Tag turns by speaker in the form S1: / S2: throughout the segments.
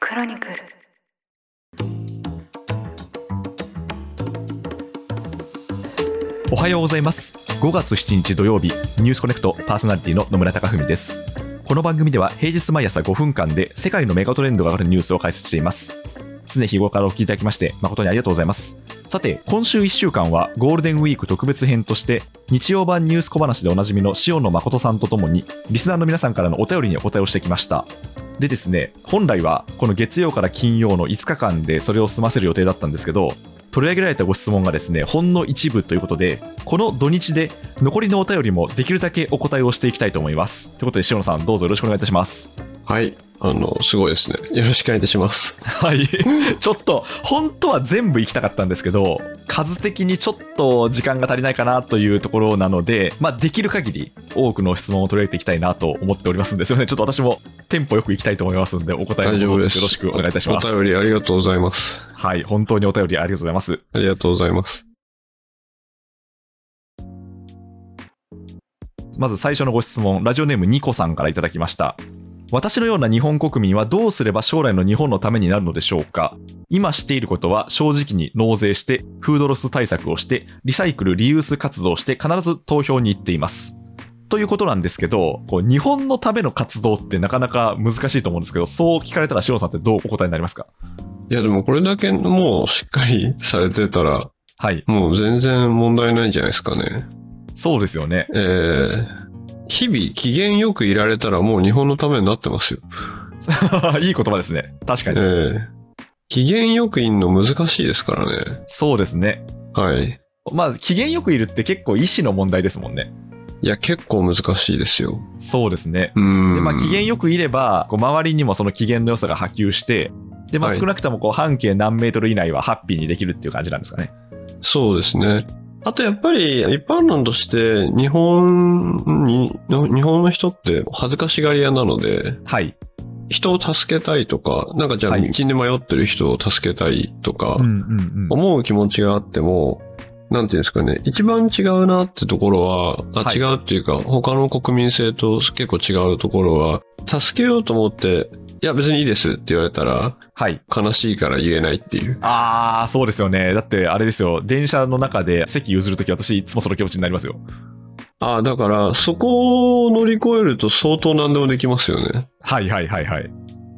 S1: クロニクル
S2: おはようございます5月7日土曜日ニュースコネクトパーソナリティの野村貴文ですこの番組では平日毎朝5分間で世界のメガトレンドが上がるニュースを解説しています常日頃からお聞きいただきまして誠にありがとうございますさて今週1週間はゴールデンウィーク特別編として日曜版ニュース小話でおなじみの塩野誠さんとともにリスナーの皆さんからのお便りにお答えをしてきましたでですね本来はこの月曜から金曜の5日間でそれを済ませる予定だったんですけど取り上げられたご質問がですねほんの一部ということでこの土日で残りのお便りもできるだけお答えをしていきたいと思いますということで塩野さんどうぞよろしくお願いいたします
S3: はい。あの、すごいですね。よろしくお願いいたします。
S2: はいちょっと本当は全部行きたかったんですけど数的にちょっと時間が足りないかなというところなので、まあ、できる限り多くの質問を取り上げていきたいなと思っておりますんですよねちょっと私もテンポよく行きたいと思いますのでお答え
S3: 大
S2: の
S3: 丈
S2: ほど
S3: 夫
S2: よろ
S3: です。
S2: しくお願いいたします
S3: お便りありがとうございます。
S2: はい本当にお便りありがとうございます
S3: ありがとうございます。
S2: まず最初のご質問、ラジオネームニコさんからいただきました。私のような日本国民はどうすれば将来の日本のためになるのでしょうか今していることは正直に納税して、フードロス対策をして、リサイクル・リユース活動をして、必ず投票に行っています。ということなんですけど、こう日本のための活動ってなかなか難しいと思うんですけど、そう聞かれたら、しおんさんってどうお答えになりますか
S3: いや、でもこれだけもうしっかりされてたら、
S2: はい、
S3: もう全然問題ないんじゃないですかね。
S2: そうですよね。
S3: えー、日々機嫌よくいられたらもう日本のためになってますよ。
S2: いい言葉ですね。確か
S3: え
S2: に。
S3: ー、機嫌よくいんの難しいですからね。
S2: そうですね。
S3: はい。
S2: まあ、機嫌よくいるって結構意思の問題ですもんね。
S3: いや、結構難しいですよ。
S2: そうですね。
S3: うーん。
S2: でまあ、機嫌よくいればこう周りにもその機嫌の良さが波及してで、まあ、
S3: はい
S2: 少なくともこう半径何メートル以内はハッピーにできるっていう感じなんですかね。
S3: そうですね。あとやっぱり一般論として日本に、の日本の人って恥ずかしがり屋なので、
S2: はい、
S3: 人を助けたいとか、なんかじゃ
S2: は
S3: あ道
S2: い
S3: に迷ってる人を助けたいとか、
S2: ん
S3: 思う気持ちがあっても、なんていうんですかね、一番違うなってところは、あ
S2: はい
S3: 違うっていうか、他の国民性と結構違うところは、助けようと思って、いや別にいいですって言われたら、
S2: はい、
S3: 悲しいから言えないっていう。
S2: ああそうですよねだってあれですよ電車の中で席譲るとき私いつもその気持ちになりますよ。
S3: ああ、だから、そこを乗り越えると相当何でもできますよね。
S2: はいはいはいはい。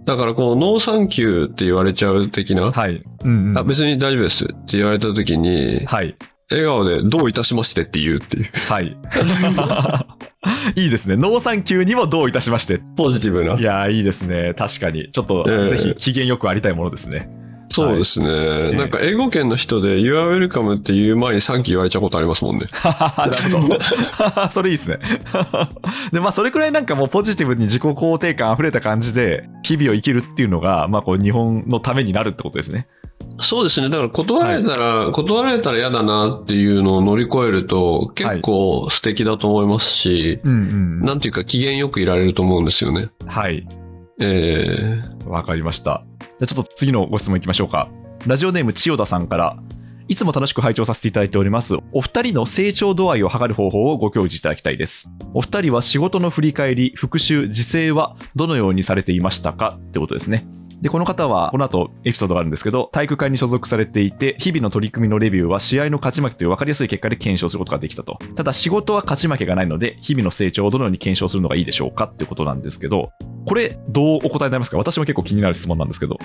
S3: だから、こう、ノーサンキューって言われちゃう的な、
S2: はい。うんうん、
S3: あ別に大丈夫ですって言われた時に、
S2: はい。
S3: 笑顔でどういたしましてって言うっていう、
S2: はい。 いいですね。農産級にもどういたしまして。。
S3: ポジティブない
S2: やーいいですね。確かに。ちょっと、
S3: ええ
S2: ぜひ機嫌よくありたいものですね。
S3: そうですね。
S2: い
S3: なんか、英語圏の人で、You are welcome って言う前にサンキュー言われちゃうことありますもんね。
S2: なるほど。 それいいですね。で、まあ、それくらいなんかもうポジティブに自己肯定感溢れた感じで、日々を生きるっていうのが、まあ、こう、日本のためになるってことですね。
S3: そうですね。だから、断られたら、断られたら嫌だなっていうのを乗り越えると、結構素敵だと思いますし、
S2: うん
S3: なんていうか、機嫌よくいられると思うんですよね。
S2: うん。はい。
S3: えー、
S2: わかりました。じゃあちょっと次のご質問いきましょうか。ラジオネーム千代田さんから。いつも楽しく拝聴させていただいております。お二人の成長度合いを測る方法をご教示いただきたいです。お二人は仕事の振り返り、復習、自制はどのようにされていましたかってことですね。で、この方は、この後エピソードがあるんですけど、体育会に所属されていて、日々の取り組みのレビューは試合の勝ち負けという分かりやすい結果で検証することができたと。ただ仕事は勝ち負けがないので、日々の成長をどのように検証するのがいいでしょうかってことなんですけど、これ、どうお答えになりますか私も結構気になる質問なんですけど。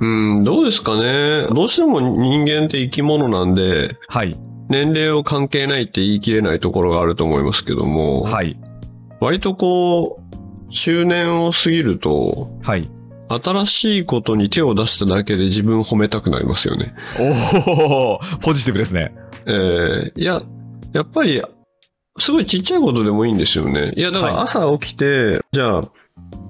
S3: うん、どうですかね。どうしても人間って生き物なんで、
S2: はい。
S3: 年齢を関係ないって言い切れないところがあると思いますけども、
S2: はい。
S3: 割とこう、中年を過ぎると、
S2: はい。
S3: 新しいことに手を出しただけで自分を褒めたくなりますよね。
S2: おおポジティブですね。
S3: えーいや、やっぱり、すごいちっちゃいことでもいいんですよね。いや、だか
S2: は
S3: ら
S2: い
S3: 朝起きて、じゃあ、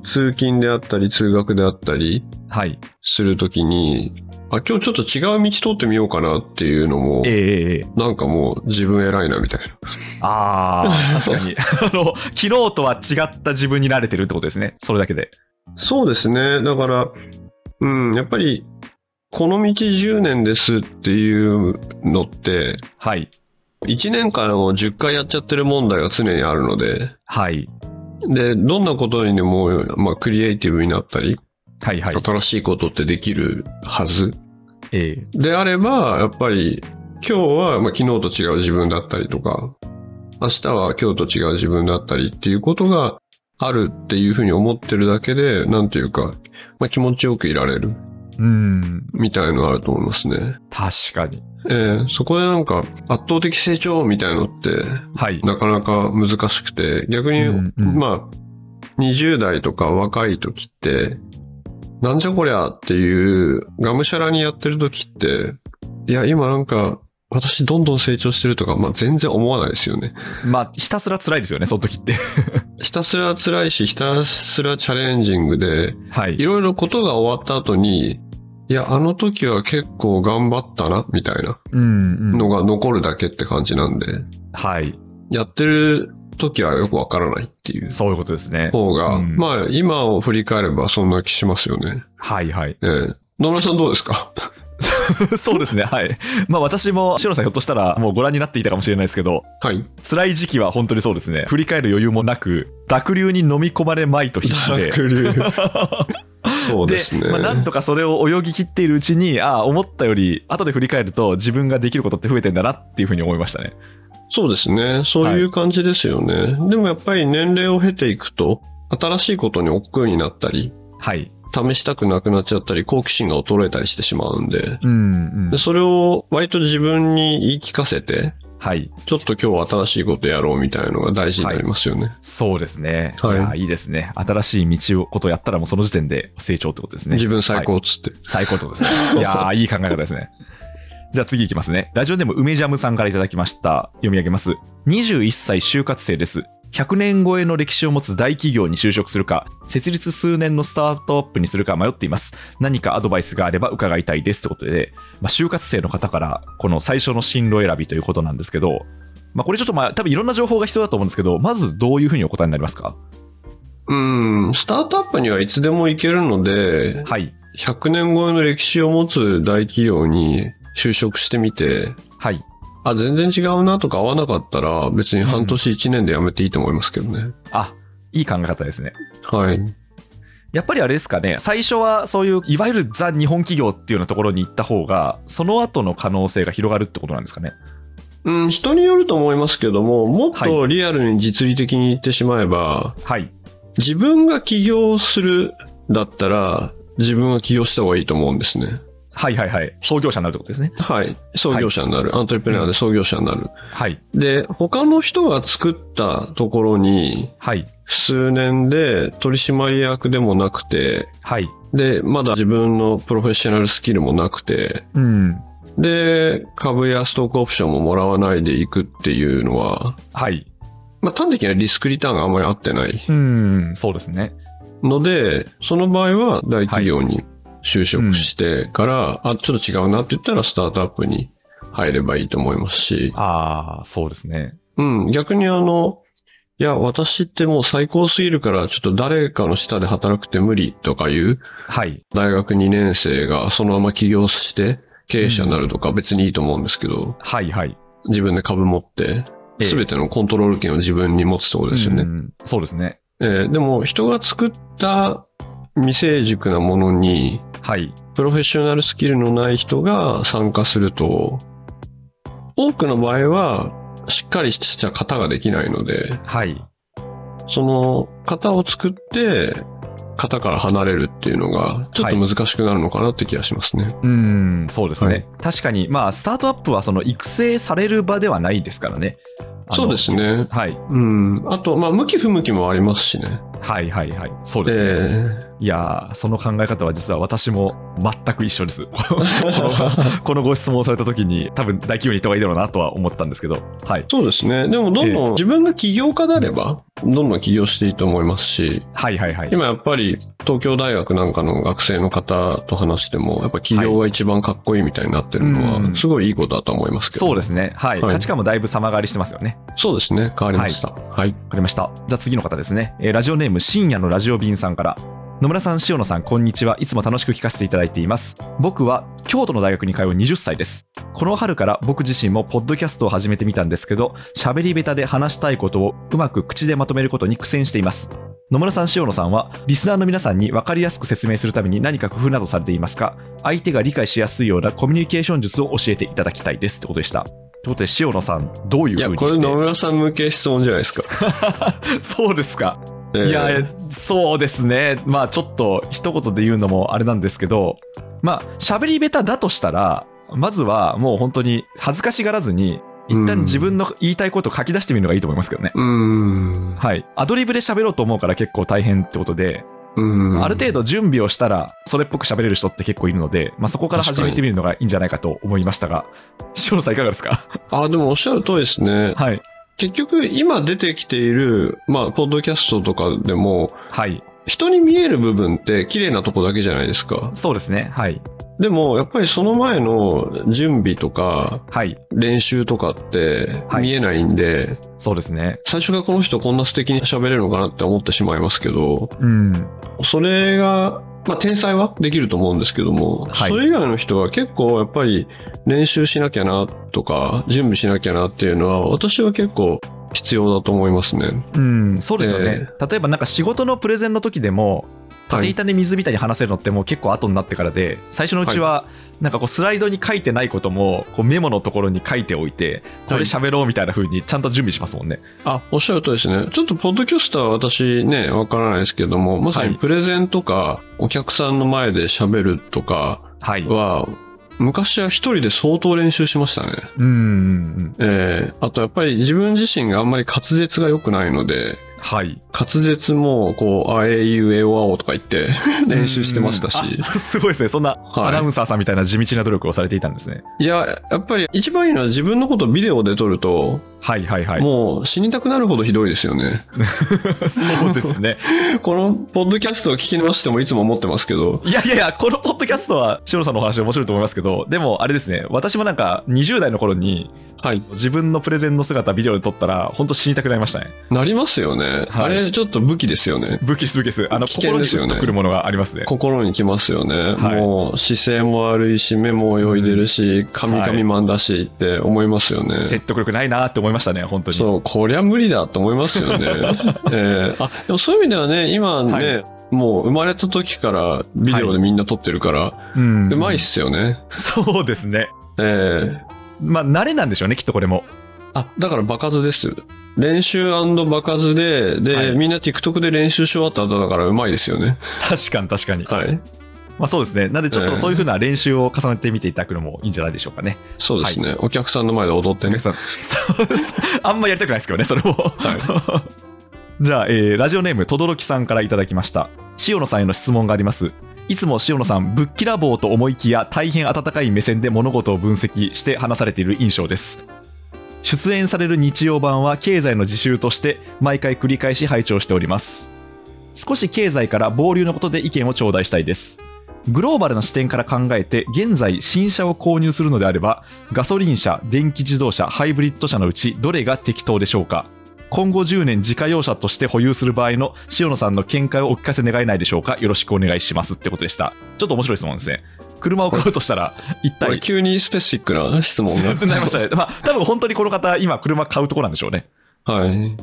S3: 通勤であったり、通学であったり
S2: はい。
S3: するときに、あ、今日ちょっと違う道通ってみようかなっていうのも、
S2: ええええええ
S3: なんかもう自分偉いなみたいな。
S2: ああ、確かに。あの、昨日とは違った自分に慣れてるってことですね。それだけで。
S3: そうですね。だから、うん、やっぱり、この道10年ですっていうのって、
S2: はい。
S3: 1年間を10回やっちゃってる問題が常にあるので、
S2: はい。
S3: で、どんなことにも、まあ、クリエイティブになったり、
S2: はいはい。
S3: 新しいことってできるはず
S2: ええ
S3: であれば、やっぱり今日はまあ昨日と違う自分だったりとか、明日は今日と違う自分だったりっていうことがあるっていうふうに思ってるだけで、なんていうか、まあ、気持ちよくいられる
S2: うん。
S3: みたいのあると思いますね。
S2: 確かに。
S3: えーそこでなんか圧倒的成長みたいのって
S2: はい。
S3: なかなか難しくて、逆に、
S2: うんうん
S3: まあ、20代とか若い時って、なんじゃこりゃっていう、がむしゃらにやってる時って、いや、今なんか、私どんどん成長してるとか、まあ全然思わないですよね。
S2: まあ、ひたすら辛いですよね、その時って。
S3: ひたすら辛いし、ひたすらチャレンジングで、
S2: はいい。
S3: ろいろことが終わった後に、いや、あの時は結構頑張ったな、みたいな
S2: うん、う
S3: の
S2: ん。
S3: が残るだけって感じなんで、
S2: はい。
S3: やってる時はよくわからないっていう。
S2: そういうことですね。
S3: 方が、
S2: うん
S3: まあ今を振り返ればそんな気しますよね。
S2: はいはい。
S3: ええ野村さんどうですか
S2: そうですね。はい。まあ、私も、シロさんひょっとしたら、もうご覧になっていたかもしれないですけど、
S3: はい。
S2: 辛い時期は本当にそうですね。振り返る余裕もなく、濁流に飲み込まれまいと必死 で。
S3: 流。そう
S2: で
S3: ですね。
S2: まあ、なんとかそれを泳ぎ切っているうちにああ思ったより後で振り返ると自分ができることって増えてんだなっていうふうに思いましたね
S3: そうですね。そういう感じですよね。でもやっぱり年齢を経ていくと、新しいことに億劫になったり、
S2: はい
S3: 試したくなくなっちゃったり、好奇心が衰えたりしてしまうんで、
S2: うんうん
S3: でそれを割と自分に言い聞かせて、
S2: はい
S3: ちょっと今日新しいことやろうみたいなのが大事になりますよね。
S2: そうですね、
S3: はい
S2: いやいいですね新しい道をことをやったらもうその時点で成長ってことですね
S3: 自分最
S2: はい
S3: 高っつって。
S2: 最高ってこと ですねいやーいい考え方ですねじゃあ次いきますねラジオネーム梅ジャムさんからいただきました読み上げます21歳就活生です100年超えの歴史を持つ大企業に就職するか設立数年のスタートアップにするか迷っています何かアドバイスがあれば伺いたいですということで、まあ、就活生の方からこの最初の進路選びということなんですけど、まあ、これちょっとまあ多分いろんな情報が必要だと思うんですけどまずどういうふうにお答えになりますか
S3: うん、スタートアップにはいつでも行けるので、
S2: はい
S3: 100年超えの歴史を持つ大企業に就職してみて、
S2: はい
S3: あ、全然違うなとか合わなかったら、別に半年1年で辞めていいと思いますけどね。
S2: あいい考え方ですね
S3: はい。
S2: やっぱりあれですかね、最初はそういう、いわゆるザ・日本企業っていうようなところに行った方が、その後の可能性が広がるってことなんですかね。
S3: うん、人によると思いますけども、もっとリアルに実利的に言ってしまえば、
S2: はい。
S3: 自分が起業するだったら、自分が起業した方がいいと思うんですね。
S2: はいはいはい。創業者になるってことですね。
S3: はい。創業者になる。アントレプレナーで創業者になる。
S2: はい。
S3: で、他の人が作ったところに、
S2: はい。
S3: 数年で取締役でもなくて、
S2: はい。
S3: で、まだ自分のプロフェッショナルスキルもなくて、
S2: うん。
S3: で、株やストックオプションももらわないでいくっていうのは、
S2: はい。
S3: まあ端的にはリスクリターンがあんまり合ってない
S2: うん、そうですね。
S3: ので、その場合は大企業に就職してから、あ、ちょっと違うなって言ったらスタートアップに入ればいいと思いますし、
S2: ああ、そうですね。
S3: うん、逆にあの、いや、私ってもう最高すぎるから、ちょっと誰かの下で働くって無理とかいう
S2: はい。
S3: 大学2年生がそのまま起業して経営者になるとか別にいいと思うんですけど、
S2: はいはい。
S3: 自分で株持って、
S2: ええ
S3: すべてのコントロール権を自分に持つところですよ
S2: う
S3: ね。
S2: んそうですね。
S3: えーでも人が作った未成熟なものに、
S2: はい。
S3: プロフェッショナルスキルのない人が参加すると、多くの場合は、しっかりした型ができないので、
S2: はい。
S3: その型を作って、型から離れるっていうのが、ちょっと難しくなるのかなって気がしますね。
S2: うん、そうですね。
S3: はい
S2: 確かに、まあ、スタートアップはその育成される場ではないですからね。あの
S3: そうです。ね。
S2: はい。
S3: うん。あと、まあ、向き不向きもありますしね。
S2: はいはいはい。そう
S3: え
S2: ですね。
S3: え
S2: いやーその考え方は実は私も全く一緒 です。このこのご質問をされた時に多分大企業に行った方がいいだろうなとは思ったんですけど、はい、
S3: そうですね。でも、どん
S2: え
S3: どん、自分が起業家であれば、どんどん起業していいと思いますし、
S2: はいはいはい
S3: 今やっぱり、東京大学なんかの学生の方と話しても、やっぱ起業が一番かっこいいみたいになってるの
S2: うん
S3: は、すごいいいことだと思いますけど。
S2: そうですね、はい
S3: は
S2: 価
S3: い
S2: 値観もだいぶ様変わりしてますよね。
S3: そうですね。変わりました。はい。
S2: わかりました。じゃあ次の方ですね。えーラジオネーム深夜のラジオ便さんから。野村さん、塩野さん、こんにちは。いつも楽しく聞かせていただいています。僕は京都の大学に通う20歳です。この春から僕自身もポッドキャストを始めてみたんですけど、喋り下手で話したいことをうまく口でまとめることに苦戦しています。野村さん、塩野さんは、リスナーの皆さんに分かりやすく説明するために何か工夫などされていますか相手が理解しやすいようなコミュニケーション術を教えていただきたいですってことでした。ということで、塩野さん、どういう
S3: い
S2: ふう
S3: や、
S2: に
S3: これ
S2: し
S3: 野
S2: て
S3: 村さん向け質問じゃないですか。
S2: そうですか。
S3: え
S2: いや
S3: え、
S2: そうですね。まあ、ちょっと、一言で言うのもあれなんですけど、まあ、喋り下手だとしたら、まずはもう本当に恥ずかしがらずに、一旦自分の言いたいことを書き出してみるのがいいと思いますけどね。
S3: うーん。
S2: はい。アドリブで喋ろうと思うから結構大変ってことで、
S3: うん。
S2: ある程度準備をしたら、それっぽく喋れる人って結構いるので、まあ、そこから始めてみるのがいいんじゃないかと思いま したが、塩野さん、いかがですか
S3: あ、でもおっしゃる通りですね。
S2: はい。
S3: 結局、今出てきている、まあ、ポッドキャストとかでも、
S2: はい。
S3: 人に見える部分って綺麗なとこだけじゃないですか。
S2: そうですね。はい。
S3: でも、やっぱりその前の準備とか、
S2: はい。
S3: 練習とかって
S2: はい
S3: 見えないんで、
S2: そうですね。
S3: 最初からこの人こんな素敵に喋れるのかなって思ってしまいますけど、
S2: うん。
S3: それが、まあ、天才はできると思うんですけども、
S2: はい
S3: それ以外の人は結構やっぱり練習しなきゃなとか、準備しなきゃなっていうのは、私は結構必要だと思いますね。
S2: うん、そうですよね。例えばなんか仕事のプレゼンの時でも、
S3: は
S2: 縦
S3: い。
S2: 板で水みたいに話せるのってもう結構後になってからで、最初のうちは、なんかこうスライドに書いてないことも、こうメモのところに書いておいて、これ喋ろうみたいな風にちゃんと準備しますもんね。
S3: あ、おっしゃるとですね、ちょっとポッドキャスターは私ね、わからないですけども、まさ
S2: は
S3: に
S2: い
S3: プレゼンとか、お客さんの前で喋るとか
S2: はい。うん
S3: は、昔は一人で相当練習しましたね。
S2: うんうん。
S3: えーあとやっぱり自分自身があんまり滑舌が良くないので、
S2: はい。
S3: 滑舌も、こう、あえいうえおあおとか言って 練習してました
S2: うん
S3: し
S2: うん。あすごいですね。そんなアナウ
S3: は
S2: ンサーさんみたいな地道な努力をされていたんですね。
S3: い。いや、やっぱり一番いいのは自分のことをビデオで撮ると、
S2: はいはいはい。
S3: もう死にたくなるほどひどいですよね。
S2: そうですね。
S3: このポッドキャストを聞き直してもいつも思ってますけど、
S2: いやいやいや、このポッドキャストは、し野さんのお話面白いと思いますけど、でもあれですね、私もなんか20代の頃に、
S3: はい。
S2: 自分のプレゼンの姿ビデオで撮ったら本当死にたくなりましたね
S3: なりますよね。
S2: はい
S3: あれちょっと武器ですよね。
S2: ブキスブキスあの
S3: 危険
S2: 心に
S3: で
S2: グ
S3: すよ
S2: ッ
S3: ね
S2: とくるものがありますね
S3: 心にきますよね。
S2: はい
S3: もう姿勢も悪いし、目も泳いでるし、カミカミマンだしって思いますよね。
S2: 説得力ないなって思いましたね本当に
S3: そう、こりゃ無理だと思いますよね。 えーあ、でもそういう意味ではね、今ね、
S2: は
S3: もう生まれた時からビデオでみんな撮ってるから、
S2: うん
S3: うまいっすよね。
S2: そうですね
S3: えー
S2: まあ慣れなんでしょうねきっとこれも
S3: あ、だから場数です。練習場数で、で、
S2: はい
S3: みんな TikTok で練習し終わった後だからうまいですよね。
S2: 確かに確かに、
S3: はい。
S2: まあそうですねなのでちょっ
S3: え
S2: と
S3: え
S2: そういうふうな練習を重ねてみていただくのもいいんじゃないでしょうかね、
S3: そうですね。お客さんの前で踊って
S2: お
S3: ね
S2: 客。さんそうですあんまやりたくないですけどねそれも
S3: は
S2: じゃあ、えーラジオネームとどろきさんからいただきました塩野さんへの質問がありますいつも塩野さんぶっきらぼうと思いきや大変温かい目線で物事を分析して話されている印象です出演される日曜版は経済の自習として毎回繰り返し拝聴しております少し経済から暴流のことで意見を頂戴したいですグローバルな視点から考えて現在新車を購入するのであればガソリン車電気自動車ハイブリッド車のうちどれが適当でしょうか今後10年自家用車として保有する場合の塩野さんの見解をお聞かせ願えないでしょうかよろしくお願いしますってことでしたちょっと面白い質問ですね車を買うとしたら一
S3: こ
S2: 体
S3: れ急にスペシフィックな質問 が。
S2: なりましたね。まあ、多分本当にこの方、今、車買うとこなんでしょうね。
S3: はい。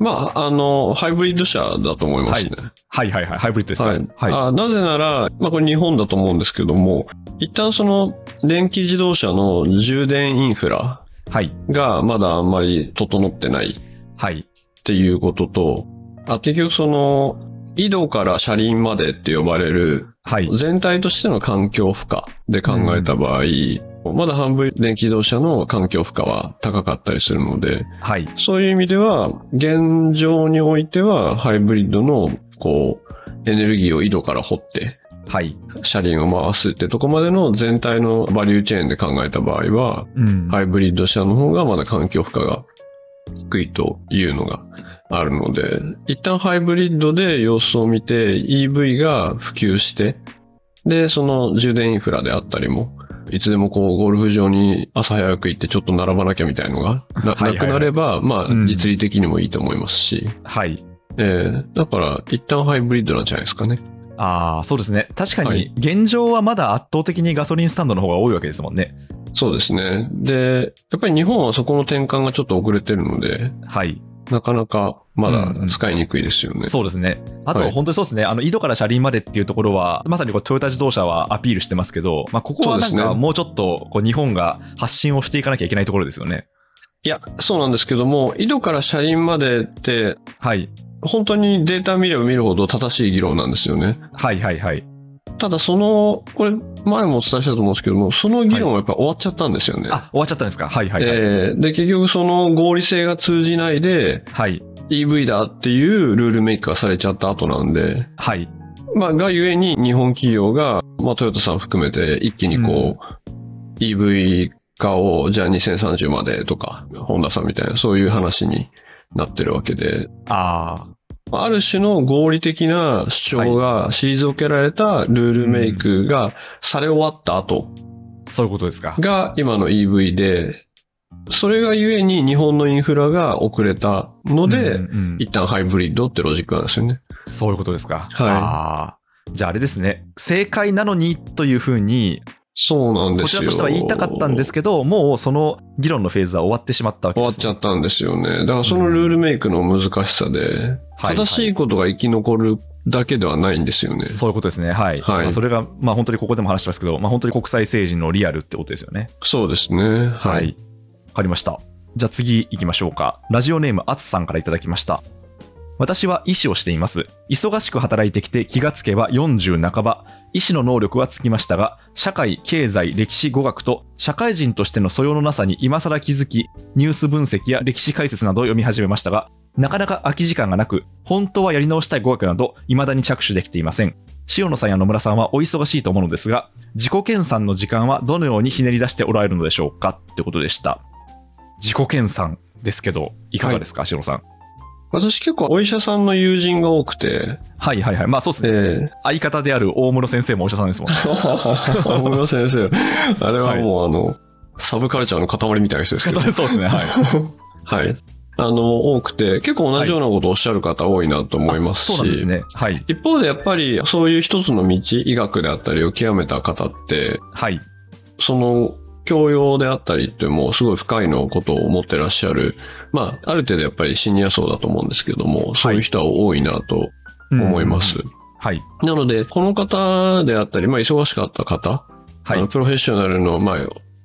S3: まあ、あの、ハイブリッド車だと思いますね。
S2: はいはいはい、ハイブリッドですか。
S3: はい。あなぜなら、まあこれ日本だと思うんですけども、一旦その電気自動車の充電インフラ
S2: はい。
S3: がまだあんまり整ってない
S2: はい。
S3: っていうことと、あ結局その、井戸から車輪までって呼ばれる
S2: はい。
S3: 全体としての環境負荷で考えた場合、まだ半分電気自動車の環境負荷は高かったりするので、
S2: はい。
S3: そういう意味では、現状においてはハイブリッドのこう、エネルギーを井戸から掘って、
S2: はい。
S3: 車輪を回すってとこまでの全体のバリューチェーンで考えた場合は、
S2: うん。
S3: ハイブリッド車の方がまだ環境負荷が低いというのがあるので、一旦ハイブリッドで様子を見て EV が普及して、で、その充電インフラであったりも、いつでもこうゴルフ場に朝早く行ってちょっと並ばなきゃみたいのがな
S2: はいはいはい
S3: なくなれば、まあ
S2: うん
S3: 実利的にもいいと思いますし、
S2: はい。
S3: えーだから一旦ハイブリッドなんじゃないですかね。
S2: ああ、そうですね。確か
S3: は
S2: に
S3: い、
S2: 現状はまだ圧倒的にガソリンスタンドの方が多いわけですもんね。
S3: そうですね。で、やっぱり日本はそこの転換がちょっと遅れてるので、
S2: はい。
S3: なかなかま
S2: うんうん
S3: だ使いにくいですよね。
S2: そうですね。あと、
S3: はい
S2: 本当にそうですね。あの、井戸から車輪までっていうところは、まさにこうトヨタ自動車はアピールしてますけど、まあ、ここはなん
S3: そうです
S2: か、
S3: ね
S2: もうちょっと、こう、日本が発信をしていかなきゃいけないところですよね。
S3: いや、そうなんですけども、井戸から車輪までって、
S2: はい。
S3: 本当にデータ見れば見るほど正しい議論なんですよね。
S2: はいはいはい。
S3: ただその、これ前もお伝えしたと思うんですけども、その議論はやっぱ終わっちゃったんですよね。
S2: あ、終わっちゃったんですか。はいはいはい。
S3: えーで、結局その合理性が通じないで、
S2: はい。
S3: EV だっていうルールメイクがされちゃった後なんで、
S2: はい。
S3: まあ、がゆえに日本企業が、まあ、トヨタさん含めて一気にこう、EV 化をじゃあ2030までとか、ホンダさんみたいな、そういう話になってるわけで、
S2: あ
S3: まあある種の合理的な主張が退けられたルールメイクがされ終わった後
S2: ー、そういうことですか。
S3: が今の EV で、それがゆえに日本のインフラが遅れたの
S2: う
S3: で、
S2: んうん
S3: 一旦ハイブリッドってロジックなんですよね。
S2: そういうことですか。
S3: はい
S2: あーじゃああれですね、正解なのにというふうに、
S3: そうなんで
S2: こ
S3: す
S2: ち
S3: よ。
S2: らとしては言いたかったんですけど、もうその議論のフェーズは終わってしまったわけ
S3: 終
S2: で
S3: わっ
S2: す、
S3: ちゃったんですよね。だからそのルールメイクの難しさで、
S2: はい
S3: 正しいことが生き残るだけではないんですよね。
S2: そういうことですね。はい。
S3: はい
S2: まあそれが、まあ本当にここでも話してますけど、まあ本当に国際政治のリアルってことですよね。
S3: そうですね。はい。。
S2: わかりました。じゃあ次行きましょうか。ラジオネームあつさんからいただきました。私は医師をしています。忙しく働いてきて気がつけば40半ば。医師の能力はつきましたが、社会、経済、歴史、語学と社会人としての素養のなさに今更気づき、ニュース分析や歴史解説などを読み始めましたが、なかなか空き時間がなく、本当はやり直したい語学など、未だに着手できていません。塩野さんや野村さんはお忙しいと思うのですが、自己研鑽の時間はどのようにひねり出しておられるのでしょうかってことでした。自己研鑽ですけど、いかがですか、塩野さん。
S3: 私結構お医者さんの友人が多くて、
S2: はいはいはい。まあそうですね。
S3: え
S2: 相方である大室先生もお医者さんですもんね。
S3: ー、 大村先生、あれはもうあの、サブカルチャーの塊みたいな人ですけど、
S2: そうですね。 はい。
S3: はい。あの、多くて、結構同じようなことをおっしゃる方多いなと思いますし、
S2: そうなんですね。はい。
S3: 一方でやっぱりそういう一つの道、医学であったりを極めた方って、
S2: はい。
S3: その教養であったりってもうすごい深いのことを持ってらっしゃる、まあ、ある程度やっぱりシニア層だと思うんですけども、そういう人は多いなと思います。
S2: はい。
S3: なので、この方であったり、まあ、忙しかった方、
S2: は
S3: あの
S2: い。
S3: プロフェッショナルの、まあ、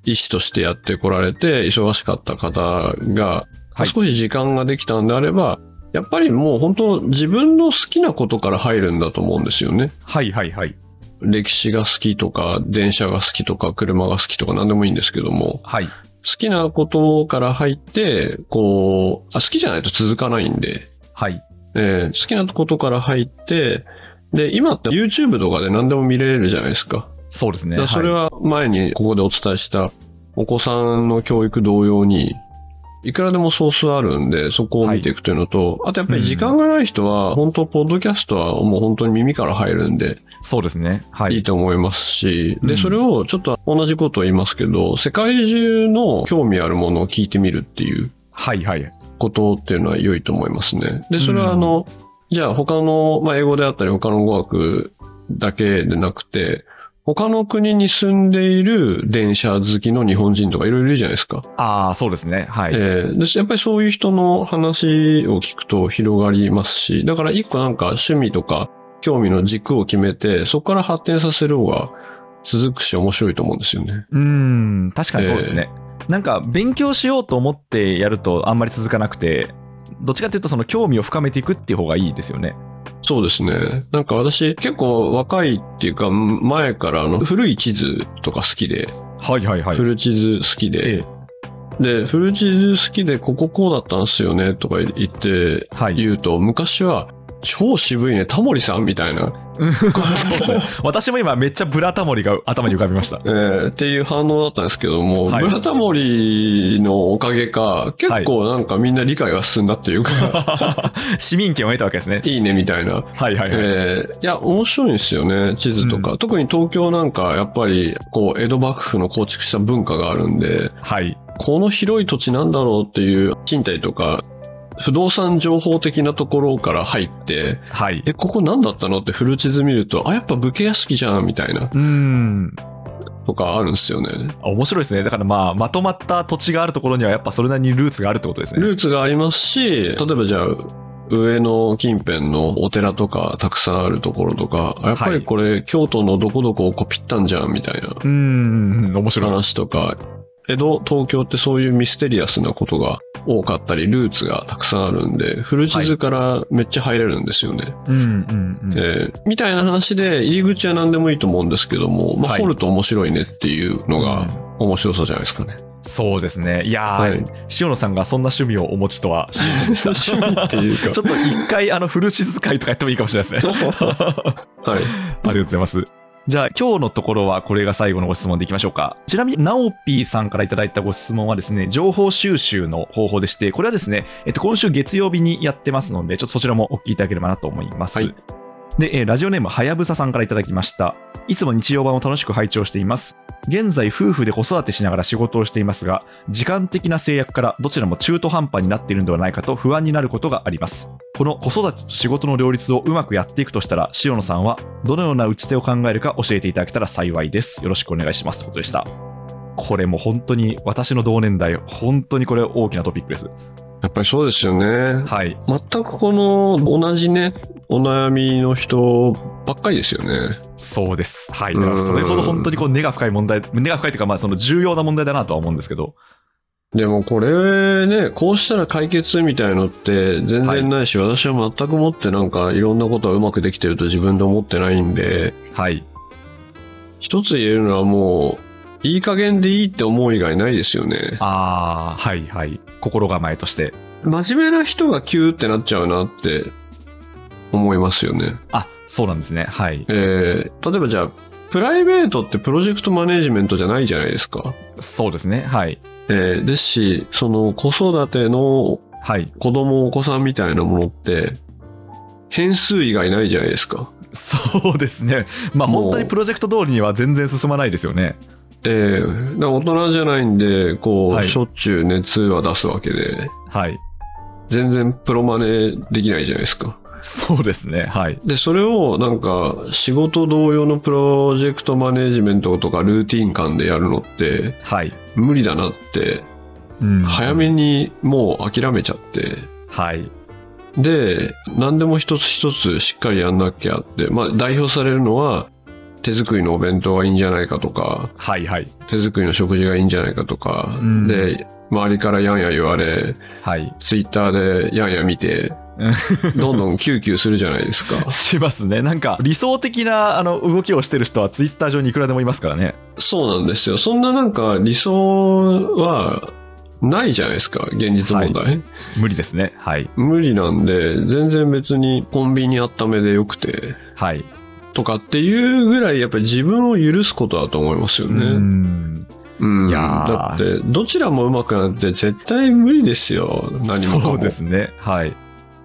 S3: 医師としてやってこられて、忙しかった方が、
S2: はい
S3: 少し時間ができたんであれば、やっぱりもう本当自分の好きなことから入るんだと思うんですよね。
S2: はいはいはい。
S3: 歴史が好きとか、電車が好きとか、車が好きとか何でもいいんですけども、
S2: はい。
S3: 好きなことから入って、こう、あ好きじゃないと続かないんで、
S2: はい。
S3: えー好きなことから入って、で、今って YouTube とかで何でも見れるじゃないですか。
S2: そうです
S3: だ
S2: ね。
S3: からそれ
S2: はい
S3: は前にここでお伝えした、お子さんの教育同様に、いくらでもソースあるんで、そこを見ていくというのと、あとやっぱり時間がない人は、本当、ポッドキャストはもう本当に耳から入るんで、
S2: そうですね。はい
S3: い
S2: い。
S3: と思いますし、
S2: う
S3: で、
S2: ん
S3: それをちょっと同じことを言いますけど、世界中の興味あるものを聞いてみるっていう
S2: はいはい。
S3: ことっていうのは良いと思いますね。で、それは
S2: うん
S3: あの、じゃあ他の、まあ、英語であったり他の語学だけでなくて、他の国に住んでいる電車好きの日本人とかいろいろいるじゃないですか。
S2: ああ、そうですね。はい。
S3: えーでやっぱりそういう人の話を聞くと広がりますし、だから一個なんか趣味とか興味の軸を決めて、そこから発展させる方が続くし面白いと思うんですよね。
S2: うーん、確かにそうですね。なんか、勉強しようと思ってやるとあんまり続かなくて、どっちかというと、その興味を深めていくっていう方がいいですよね。
S3: そうですね。なんか私結構若いっていうか前からあの古い地図とか好きで、
S2: はいはいは
S3: 古地図好き
S2: え
S3: で、で、古地図好きでこここうだったんですよねとか言って
S2: え はい。
S3: 言うと、昔は超渋いね、タモリさんみたいな。
S2: そうですね。私も今、めっちゃブラタモリが頭に浮かびま した。
S3: えーっていう反応だったんですけども、
S2: はい
S3: ブラタモリのおかげか、結構なんかみんな理解が進んだっていうか、
S2: 市民権を得たわけですね。
S3: い、いねみたいな。
S2: はいはいはい。
S3: えーいや、面白いんですよね、地図とか。特に東京なんか、やっぱり、こう、江戸幕府の構築した文化があるんで、
S2: はい。
S3: この広い土地なんだろうっていう、賃貸とか、不動産情報的なところから入って、
S2: はい。
S3: え、ここ何だったのって古地図見ると、あ、やっぱ武家屋敷じゃん、みたいな、
S2: うーん。
S3: とかあるんですよね。
S2: あ面白いですね。だからまあ、まとまった土地があるところには、やっぱそれなりにルーツがあるってことですね。
S3: ルーツがありますし、例えばじゃあ、上の近辺のお寺とかたくさんあるところとか、あやっぱりこれ京都のどこどこをコピったんじゃんみたいな
S2: うーん、面白い。
S3: 話とか、江戸、東京ってそういうミステリアスなことが多かったり、ルーツがたくさんあるんで、古地図からめっちゃ入れるんですよね。
S2: うんうんうん。
S3: えーみたいな話で、入り口は何でもいいと思うんですけども、まあ、
S2: はい
S3: 掘ると面白いねっていうの
S2: う
S3: が
S2: ん
S3: 面白さじゃないです かね。
S2: そうですね。いやー、
S3: はい
S2: 塩野さんがそんな趣味をお持ちとは知りませんでした。
S3: 趣味っていう か
S2: ちょっと一回、あの、フルシズ会とかやってもいいかもしれないですね。
S3: はい。
S2: ありがとうございます。じゃあ、今日のところはこれが最後のご質問でいきましょうか。ちなみに、ナオピーさんからいただいたご質問はですね、情報収集の方法でして、これはですね、えっと、今週月曜日にやってますので、ちょっとそちらもお聞きいただければなと思います。
S3: はい
S2: で、えーラジオネーム、はやぶささんからいただきました。いつも日曜版を楽しく拝聴しています。現在、夫婦で子育てしながら仕事をしていますが、時間的な制約からどちらも中途半端になっているのではないかと不安になることがあります。この子育てと仕事の両立をうまくやっていくとしたら、塩野さんはどのような打ち手を考えるか教えていただけたら幸いです。よろしくお願いします。ということでした。これも本当に私の同年代、本当にこれ大きなトピックです。
S3: やっぱりそうですよね。
S2: はい。
S3: 全くこの同じね、お悩みの人ばっかりですよね。
S2: そうです。はい。
S3: う
S2: だ
S3: ん
S2: からそれほど本当にこう根が深い問題、根が深いというか、まあその重要な問題だなとは思うんですけど。
S3: でもこれね、こうしたら解決みたいのって全然ないし、私は全くもってなんかいろんなことはうまくできてると自分で思ってないんで、
S2: はい。
S3: 一つ言えるのはもう、いい加減でいいって思う以外ないですよね。
S2: ああ、はいはい。心構えとして。
S3: 真面目な人がキューってなっちゃうなって思いますよね。
S2: あ、そうなんですね。はい。
S3: えー例えばじゃあ、プライベートってプロジェクトマネジメントじゃないじゃないですか。
S2: そうですね。はい。
S3: えーですし、その子育ての
S2: はい。
S3: 子供、お子さんみたいなものって、変数以外ないじゃないですか。
S2: そうですね。まあ
S3: もう
S2: 本当にプロジェクト通りには全然進まないですよね。
S3: えー、だから大人じゃないんで、こう、
S2: はい
S3: しょっちゅう熱は出すわけで、
S2: はい。
S3: 全然プロマネできないじゃないですか。
S2: そうですね。はい。
S3: で、それをなんか、仕事同様のプロジェクトマネジメントとかルーティン感でやるのって、
S2: はい。
S3: 無理だなって、
S2: うん
S3: 早。めにもう諦めちゃって、
S2: はい。
S3: で、何でも一つ一つしっかりやんなきゃって、まあ、代表されるのは、手作りのお弁当がいいんじゃないかとか、
S2: はいはい。
S3: 手作りの食事がいいんじゃないかとか、
S2: うん
S3: で、周りからやんや言われ、
S2: はい。
S3: ツイッターでやんや見 て
S2: うん、
S3: どんどんキューキューするじゃないですか。
S2: しますね。なんか理想的なあの動きをしてる人はツイッター上にいくらでもいますからね。
S3: そうなんですよ。そんななんか理想はないじゃないですか、現実問題。
S2: 無理ですね。はい。
S3: 無理なんで、全然別にコンビニ温めでよくて、
S2: はい。
S3: とかっていうぐらいやっぱり自分を許すことだと思いますよ
S2: う
S3: ね。
S2: ん。
S3: うん
S2: いやー
S3: だって、どちらもうまくなって絶対無理ですよ。何もかも。
S2: そうですね。はい。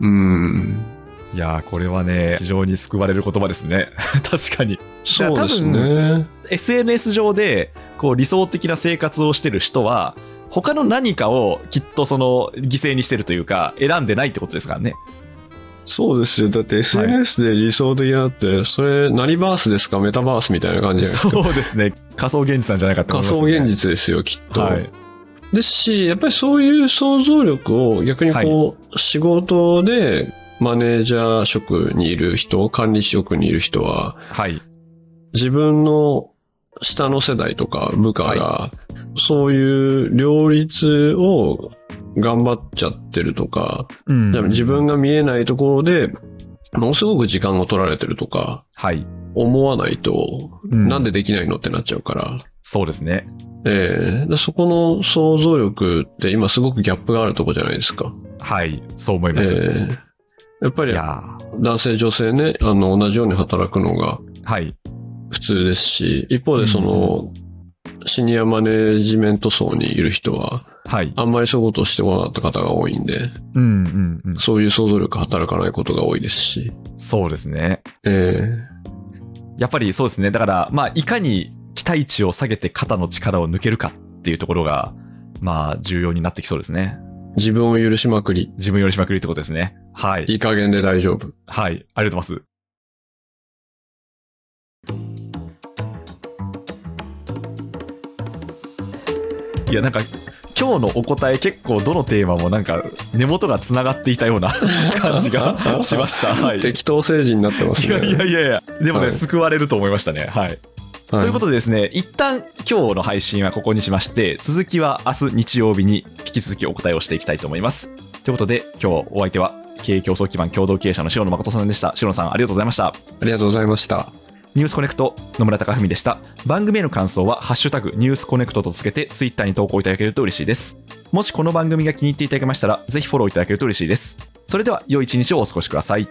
S3: うん。
S2: いやーこれはね、非常に救われる言葉ですね。 確かに。
S3: そうで
S2: い
S3: す
S2: や
S3: ね。
S2: SNS 上でこう理想的な生活をしてる人は、他の何かをきっとその犠牲にしてるというか、選んでないってことですからね。
S3: そうですよ。だって SNS で理想的なって、それ何バースですかメタバースみたいな感じじゃないです
S2: そ
S3: か。
S2: うですね。仮想現実なんじゃないかと思
S3: 仮
S2: います、ね。
S3: 想現実ですよ、きっと。
S2: はい。
S3: ですし、やっぱりそういう想像力を逆にこう、仕事でマネージャー職にいる人、管理職にいる人は、
S2: はい。
S3: 自分の下の世代とか部下が、そういう両立を頑張っちゃってるとか、
S2: うん
S3: 多分自分が見えないところで、ものすごく時間を取られてるとか、
S2: はい。
S3: 思わないと、
S2: うん
S3: なんでできないのってなっちゃうから、
S2: そうですね。
S3: ええでそこの想像力って今すごくギャップがあるとこじゃないですか。
S2: はい。そう思い
S3: え
S2: ます。
S3: えやっぱ
S2: い
S3: り
S2: や
S3: 男性女性ね、あの、同じように働くの
S2: ー
S3: が
S2: はい。
S3: 普通ですし、一方でその、シニアマネジメント層にいる人は、
S2: はい。
S3: あんまりそういうことをしてこなかった方が多いんで、
S2: うんうんうん。
S3: そういう想像力働かないことが多いですし、
S2: そうですね。
S3: え
S2: やっぱりそうですね。だから、まあ、いかに期待値を下げて肩の力を抜けるかっていうところが、まあ、重要になってきそうですね。
S3: え自分を許しまくり、
S2: 自分よりしまくりってことですね。はい。
S3: いい加減で大丈夫。
S2: はい。ありがとうございます。いや、なんか、今日のお答え結構どのテーマもなんか根元がつながっていたような 感じがしました。はい、
S3: 適当政治になってます
S2: い
S3: ね。
S2: やいやいやいや、でもね、
S3: はい
S2: 救われると思いましたね。はい、
S3: はい
S2: ということでですね、一旦今日の配信はここにしまして、続きは明日日曜日に引き続きお答えをしていきたいと思います。ということで、今日お相手は経営競争基盤共同経営者の塩野誠さんでした。塩野さん、ありがとうございました。
S3: ありがとうございました。
S2: ニュースコネクト野村貴文でした番組への感想は「ハッシュタグニュースコネクト」とつけてツイッターに投稿いただけると嬉しいですもしこの番組が気に入っていただけましたらぜひフォローいただけると嬉しいですそれでは良い一日をお過ごしください